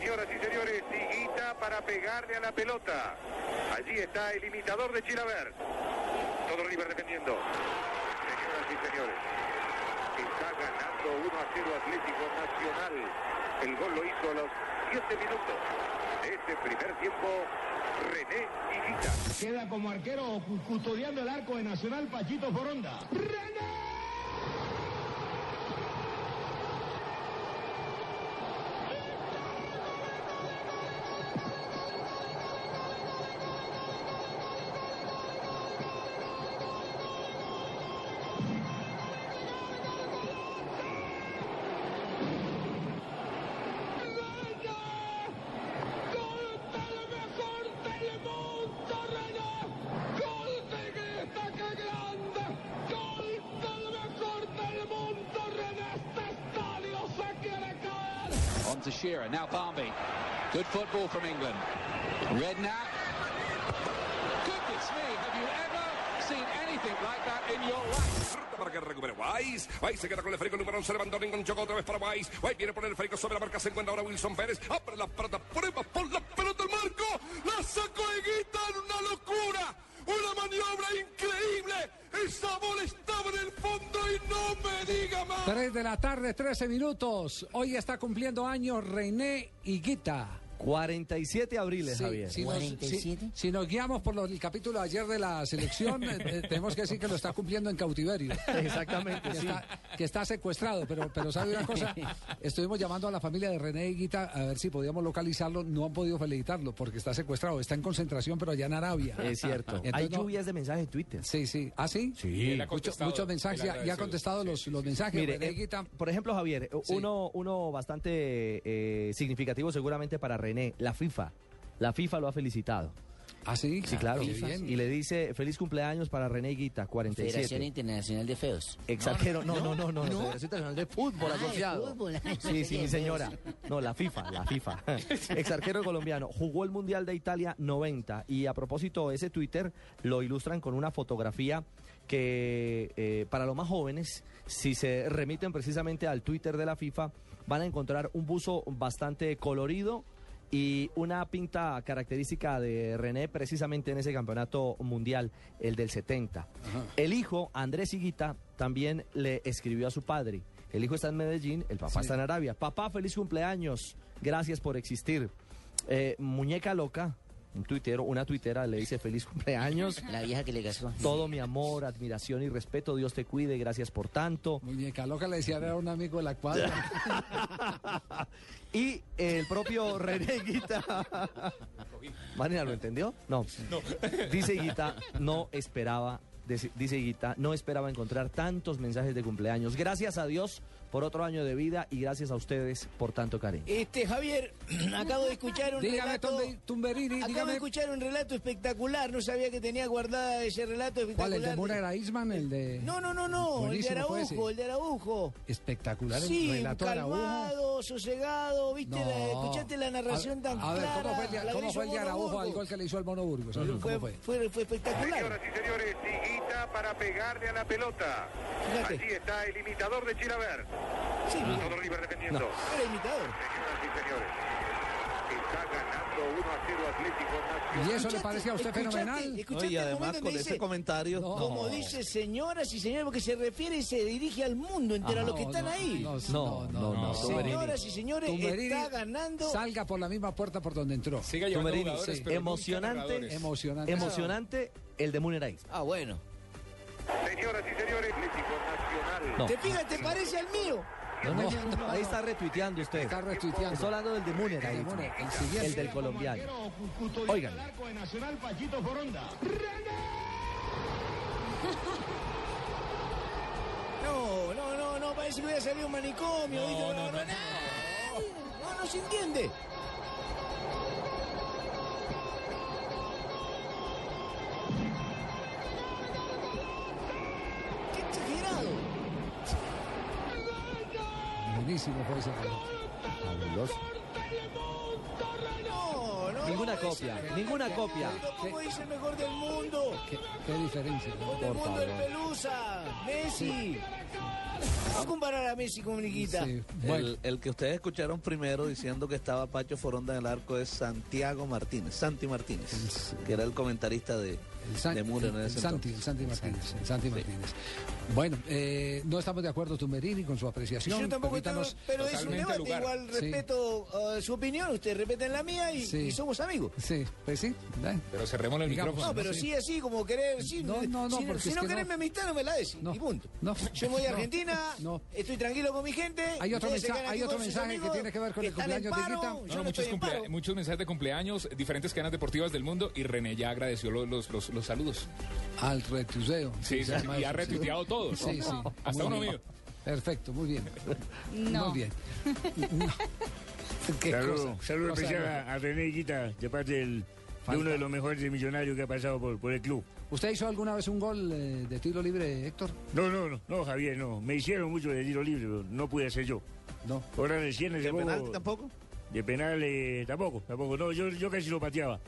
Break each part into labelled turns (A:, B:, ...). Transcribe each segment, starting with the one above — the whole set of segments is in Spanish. A: Señoras y señores, Higuita para pegarle a la pelota. Allí está el imitador de Chilaver. Todo River defendiendo. Señoras y señores, está ganando 1 a 0 Atlético Nacional. El gol lo hizo a los 7 minutos de este primer tiempo René Higuita.
B: Queda como arquero cu- custodiando el arco de Nacional Pachito Foronda.
C: este
D: On to Shearer. Now Barmby. Good football from England. Redknapp. Goodness me, have you ever seen anything like that in your life?
E: Marta para que recupere Weiss. Weiss se queda con el férico número 11. Levantó Ningún chocó otra vez para Weiss. Weiss viene por el férico sobre la marca. Se encuentra ahora Wilson Pérez. Abre la pelota. Prueba por la pelota el marco. La sacó Higuita en una locura. Una maniobra increíble. Esa bola estaba en el fondo y no me diga más.
C: 3 de la tarde, 13 minutos. Hoy está cumpliendo años René Higuita.
F: 47 abriles,
C: Sí,
F: Javier.
C: si, nos, si- si nos guiamos por los- el capítulo de ayer de la selección, eh, eh, tenemos que decir que lo está cumpliendo en cautiverio.
F: Exactamente,
C: Que,
F: sí.
C: está, que está secuestrado, pero, pero ¿sabe una cosa? Estuvimos llamando a la familia de René Higuita a ver si podíamos localizarlo. No han podido felicitarlo porque está secuestrado. Está en concentración, pero allá en Arabia.
F: Es cierto.
C: Entonces
F: Hay
C: no-
F: lluvias de mensajes de Twitter.
C: Sí, sí. ¿Ah, sí?
F: Sí. Él ha
C: Mucho- muchos mensajes. Ya, ya ha contestado los, los mensajes.
F: Mire,
C: René
F: eh,
C: Higuita,
F: por ejemplo, Javier, eh,
C: Sí.
F: uno, uno bastante eh, significativo seguramente para René, la FIFA. La FIFA lo ha felicitado.
C: ¿Ah, sí?
F: Sí, claro.
C: Qué bien.
F: Y le dice, feliz cumpleaños para René Guita,
G: Federación
F: 47.
G: Internacional de Feos.
F: Exagero, no, no, no, no, no, Federación Internacional de Fútbol
G: Ah, de
F: asociado.
G: fútbol.
F: Sí, sí, mi señora. No, la FIFA, la FIFA. Exarquero colombiano. Jugó el Mundial de Italia 90. Y a propósito, ese Twitter lo ilustran con una fotografía que eh, para los más jóvenes, si se remiten precisamente al Twitter de la FIFA, van a encontrar un buzo bastante colorido y una pinta característica de René precisamente en ese campeonato mundial, el del 70. El hijo, Andrés Higuita, también le escribió a su padre. El hijo está en Medellín, el papá está en Arabia. Papá, feliz cumpleaños. Gracias por existir. Eh, muñeca loca, un tuitero, una tuitera le dice feliz cumpleaños.
G: La vieja que le casó.
F: Todo mi amor, admiración y respeto. Dios te cuide. Gracias por tanto.
C: Muñeca loca le decía era un amigo de la cuadra.
F: Y el propio René Guita. Marina, ¿lo entendió? No. Dice Guita, no esperaba, deci- dice Guita, no esperaba encontrar tantos mensajes de cumpleaños. Gracias a Dios por otro año de vida y gracias a ustedes por tanto cariño.
H: Este Javier, acabo de escuchar un
C: dígame,
H: relato.
C: Tombe- Tumberini,
H: acabo de
C: dígame.
H: escuchar un relato espectacular. No sabía que tenía guardada ese relato
C: ¿Cuál?
H: espectacular.
C: ¿El de Mora era Isman? ¿El de.?
H: No, no, no, no. El de
C: Buenísimo fue ese.
H: Araujo, el de Araujo.
C: Espectacular el
H: Sí,
C: relato de Araujo.
H: calmado, sosegado, viste,
C: No.
H: la- escuchaste la narración
C: a,
H: tan
C: A ver,
H: clara.
C: ¿cómo fue el de,
H: la que
C: cómo
H: hizo
C: fue el de
H: Mono
C: Araujo al
H: Burgos.
C: gol que le hizo al Mono Burgos? A ver, ¿Cómo
H: Fue,
C: fue?
H: fue- fue
A: Señoras
H: espectacular.
A: y señores, Higuita para pegarle a la pelota.
H: Fíjate.
A: Allí está el imitador de Chilaver.
H: Sí,
A: Todo River defendiendo.
H: era imitador.
A: Señoras y señores, está ganando 1 a 0 Atlético Nacional.
C: ¿Y eso le parece a usted
H: Escuchaste,
C: fenomenal?
H: escuchaste el momento donde dice,
F: comentario.
C: No.
H: Como dice señoras y señores, porque se refiere y se dirige al mundo entero, a los que están ahí.
C: Ah, No,
F: No,
C: no, no.
F: no, no.
H: Señoras y señores,
C: Tumberini,
H: está ganando.
C: Salga por la misma puerta por donde entró.
I: Siga llevando
F: Tumberini,
I: jugadores,
C: sí.
I: pero nunca
F: Emocionante.
I: narradores.
C: Emocionante.
F: Emocionante el de Munerais.
H: Ah, bueno.
A: Señoras y señores, Atlético Nacional.
F: No.
H: ¿Te fijas? ¿Te parece al mío?
F: No, no, ahí está retuiteando usted.
C: Está
F: Está
C: retuiteando.
F: hablando del de Munerais.
C: El siguiente.
F: El del colombiano.
B: Oigan.
F: Oigan.
B: El arco de Nacional Pachito Foronda.
H: No, no, no, no, parece que voy a salir un manicomio. ¿viste? No, no, no, no, no, no, se entiende. ¡Qué exagerado!
C: Buenísimo fue ese gol.
H: No, no.
F: Ninguna
H: ¿cómo dice
F: copia,
H: el mejor
F: ninguna
H: del
F: copia.
H: mundo? ¿Cómo dice el mejor del mundo?
C: Qué, qué diferencia. ¿no?
H: Del mundo el Pelusa, Messi. No comparar a Messi con Liguita.
C: Sí, bueno,
I: El, el que ustedes escucharon primero diciendo que estaba Pacho Foronda en el arco es Santiago Martínez, Santi Martínez, que era el comentarista de,
C: el, San-
I: de Muro en
C: el- el
I: ese
C: Santi, el
I: entonces.
C: Santi Martínez. el Santi Martínez. Bueno, eh, no estamos de acuerdo, Tumberini, con su apreciación.
H: Yo tampoco estoy-
C: Permítanos-
H: pero es un
E: Totalmente
H: debate.
E: lugar.
H: Igual
C: Sí.
H: respeto uh, su opinión, usted respeta la mía y,
C: Sí.
H: y somos amigos.
C: Sí, pues sí. ¿verdad?
E: Pero cerremos el
C: Digamos,
E: micrófono.
H: No, pero sí, así, como querer, sí,
C: No, no, no,
H: si,
C: porque
H: si
C: es
H: no
C: que
H: querés
C: no.
H: mi amistad, no me la des,
C: No,
H: y punto.
C: no.
H: Yo voy a
C: No,
H: Argentina,
C: no.
H: estoy tranquilo con mi gente.
C: Hay otro
H: ustedes se
C: mensa-
H: quedan
C: hay
H: aquí
C: otro
H: con sus
C: mensaje que
H: amigos
C: tiene que ver con el
H: están en
C: cumpleaños de
H: paro,
C: Guita.
H: yo
E: No, no,
H: no
E: muchos,
H: estoy en
E: cumplea-
H: paro.
E: Eh, muchos mensajes de cumpleaños, diferentes cadenas deportivas del mundo y René ya agradeció los, los, los, los saludos.
C: Al retuseo.
E: Sí, sí, sí, y ha retuiteado todos.
C: Sí, sí.
E: Hasta
C: Muy
E: uno
C: bien.
E: mío.
C: Perfecto, muy bien. Muy bien. No. Qué
J: Saludos
C: cosa,
J: saludo
C: cosa
J: especial
C: loca.
J: a, a René Guita, de parte del- de
C: Falta.
J: uno de los mejores millonarios que ha pasado por, por el club.
C: ¿Usted hizo alguna vez un gol eh, de tiro libre, Héctor?
J: No, no, no, no, Javier, no. Me hicieron mucho de tiro libre, pero no pude hacer yo.
C: No.
J: Ahora recién
I: ¿De
J: ese poco-
I: penalti tampoco?
J: De penal eh, tampoco, tampoco. No, yo, yo casi lo pateaba.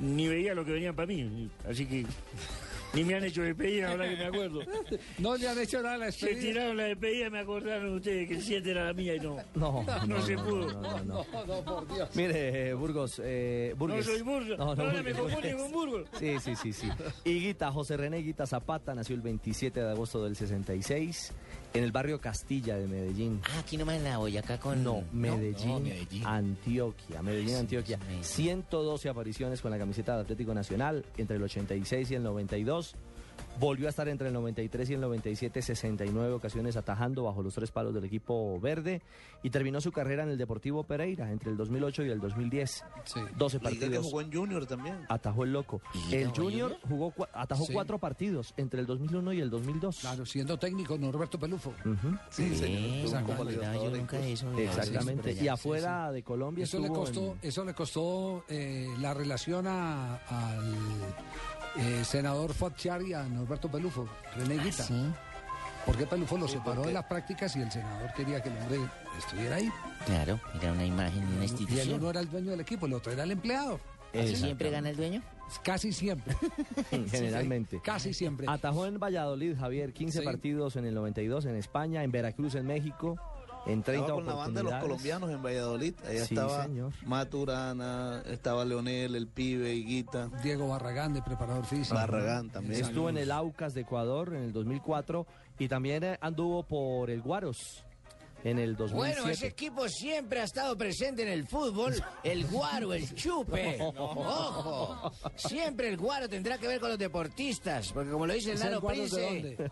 J: Ni veía lo que venían para mí. Así que ni me han hecho despedida ahora que me acuerdo.
C: No le han hecho nada a la
J: Se
C: despedida.
J: tiraron la despedida y me acordaron ustedes que el 7 era la mía y no.
F: No, no,
J: se pudo.
F: no, no, no.
C: No, no, por Dios.
F: Mire, eh, Burgos, eh,
J: No
F: Burgues.
J: soy burro.
F: No, no,
J: ahora me
F: Burgues,
J: confunden con
F: Burgues.
J: burro.
F: Sí, sí, sí, sí. Higuita, José René Higuita Zapata, nació el 27 de agosto del 66 en el barrio Castilla de Medellín.
G: Ah, aquí nomás en la Boyacá
I: Ah,
G: con...
F: No, Medellín,
G: No, Medellín.
F: Antioquia, Medellín,
G: sí,
F: Antioquia.
G: sí, Medellín.
F: 112 apariciones con la camiseta de Atlético Nacional entre el 86 y el 92. Volvió a estar entre el 93 y el 97, 69 ocasiones atajando bajo los tres palos del equipo verde y terminó su carrera en el Deportivo Pereira entre el 2008 y el 2010.
C: Sí.
F: 12
I: Liga que
F: partidos
I: jugó en Junior también.
F: atajó el loco.
G: ¿Y
F: El
G: atajó
F: Junior
G: Junior?
F: jugó cua- atajó
C: Sí.
F: cuatro partidos entre el 2001 y el 2002.
C: Claro, siendo técnico, Norberto Pelufo.
F: Ujú,
I: Sí,
G: Eh,
I: señor.
G: no,
I: Tuvo Copa
G: no, yo
I: Libertadores
G: nunca
I: incluso.
G: eso. me parece
F: Exactamente.
G: súper
F: Y
G: allá.
F: afuera de Colombia
C: Eso le
F: estuvo
C: costó,
F: en-
C: eso le costó eh, la relación a- al eh, senador Fotchar y a Norberto Pelufo, René
G: Ah,
C: Guita.
G: sí,
C: Porque Pelufo lo
I: Sí,
C: separó de
I: porque-
C: las prácticas y el senador quería que el hombre estuviera ahí.
G: claro. Era una imagen, una
C: Y el uno
G: institución.
C: era el dueño del equipo, el otro era el empleado.
G: ¿Y
F: Exactamente.
G: siempre gana el dueño?
C: Casi siempre.
F: generalmente.
C: Casi siempre.
F: Atajó en Valladolid, Javier, 15
C: Sí.
F: partidos en el 92 en España, en Veracruz, en México, en 30
I: Estaba con la banda de los
F: oportunidades.
I: colombianos en Valladolid. Allá
F: Sí,
I: estaba
F: señor.
I: Maturana, estaba Leonel, el pibe, Higuita,
C: Diego Barragán, de preparador físico.
I: Barragán también.
F: Estuvo en el Aucas de Ecuador en el 2004 y también eh, anduvo por el Guaros en el 2007.
H: Bueno, ese equipo siempre ha estado presente en el fútbol. El guaro, el chupe. Ojo. Siempre el guaro tendrá que ver con los deportistas. Porque como lo dice el
C: ¿Es el
H: Nano
C: Guaros de
H: Prince.
C: dónde?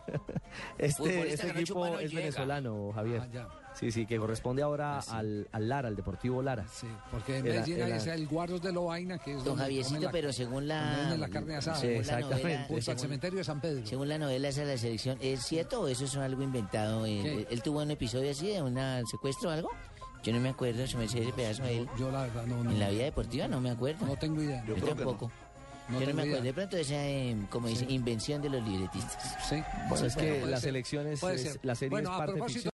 F: Este,
H: Futbolista
F: este
H: que no
F: equipo
H: chupa no
F: es
H: llega.
F: venezolano, Javier.
C: Ah, ya.
F: Sí, sí, que corresponde ahora
C: Ah, sí.
F: al, al Lara, al Deportivo Lara.
C: Sí, porque en
F: Era-
C: Medellín hay
F: era-
C: ese- el guardos de Lovaina, que es
G: Don
C: donde
G: Javiercito,
C: comen la-
G: pero según la-
C: donde venden la carne asada.
G: según
F: la novela- Exactamente.
C: Junto al
G: según-
C: cementerio de San Pedro.
G: Según la novela esa de la selección, ¿es cierto o eso es algo inventado? ¿Él,
C: ¿Qué?
G: él- él tuvo un episodio así de una- un secuestro o algo? Yo no me acuerdo, se me sé ese pedazo de él.
C: Yo, yo la verdad no, no,
G: En la vida deportiva no me acuerdo.
C: no tengo idea.
G: Yo,
I: creo que no.
G: tampoco.
C: No
G: yo no
C: tengo
G: me
C: idea.
G: acuerdo. De pronto esa, eh, como dice, invención de los libretistas.
C: Sí.
F: Bueno, es que
C: puede
F: las
C: ser.
F: elecciones,
C: Puede
F: es-
C: ser.
F: la serie
C: Bueno,
F: es
C: a
F: parte
C: propósito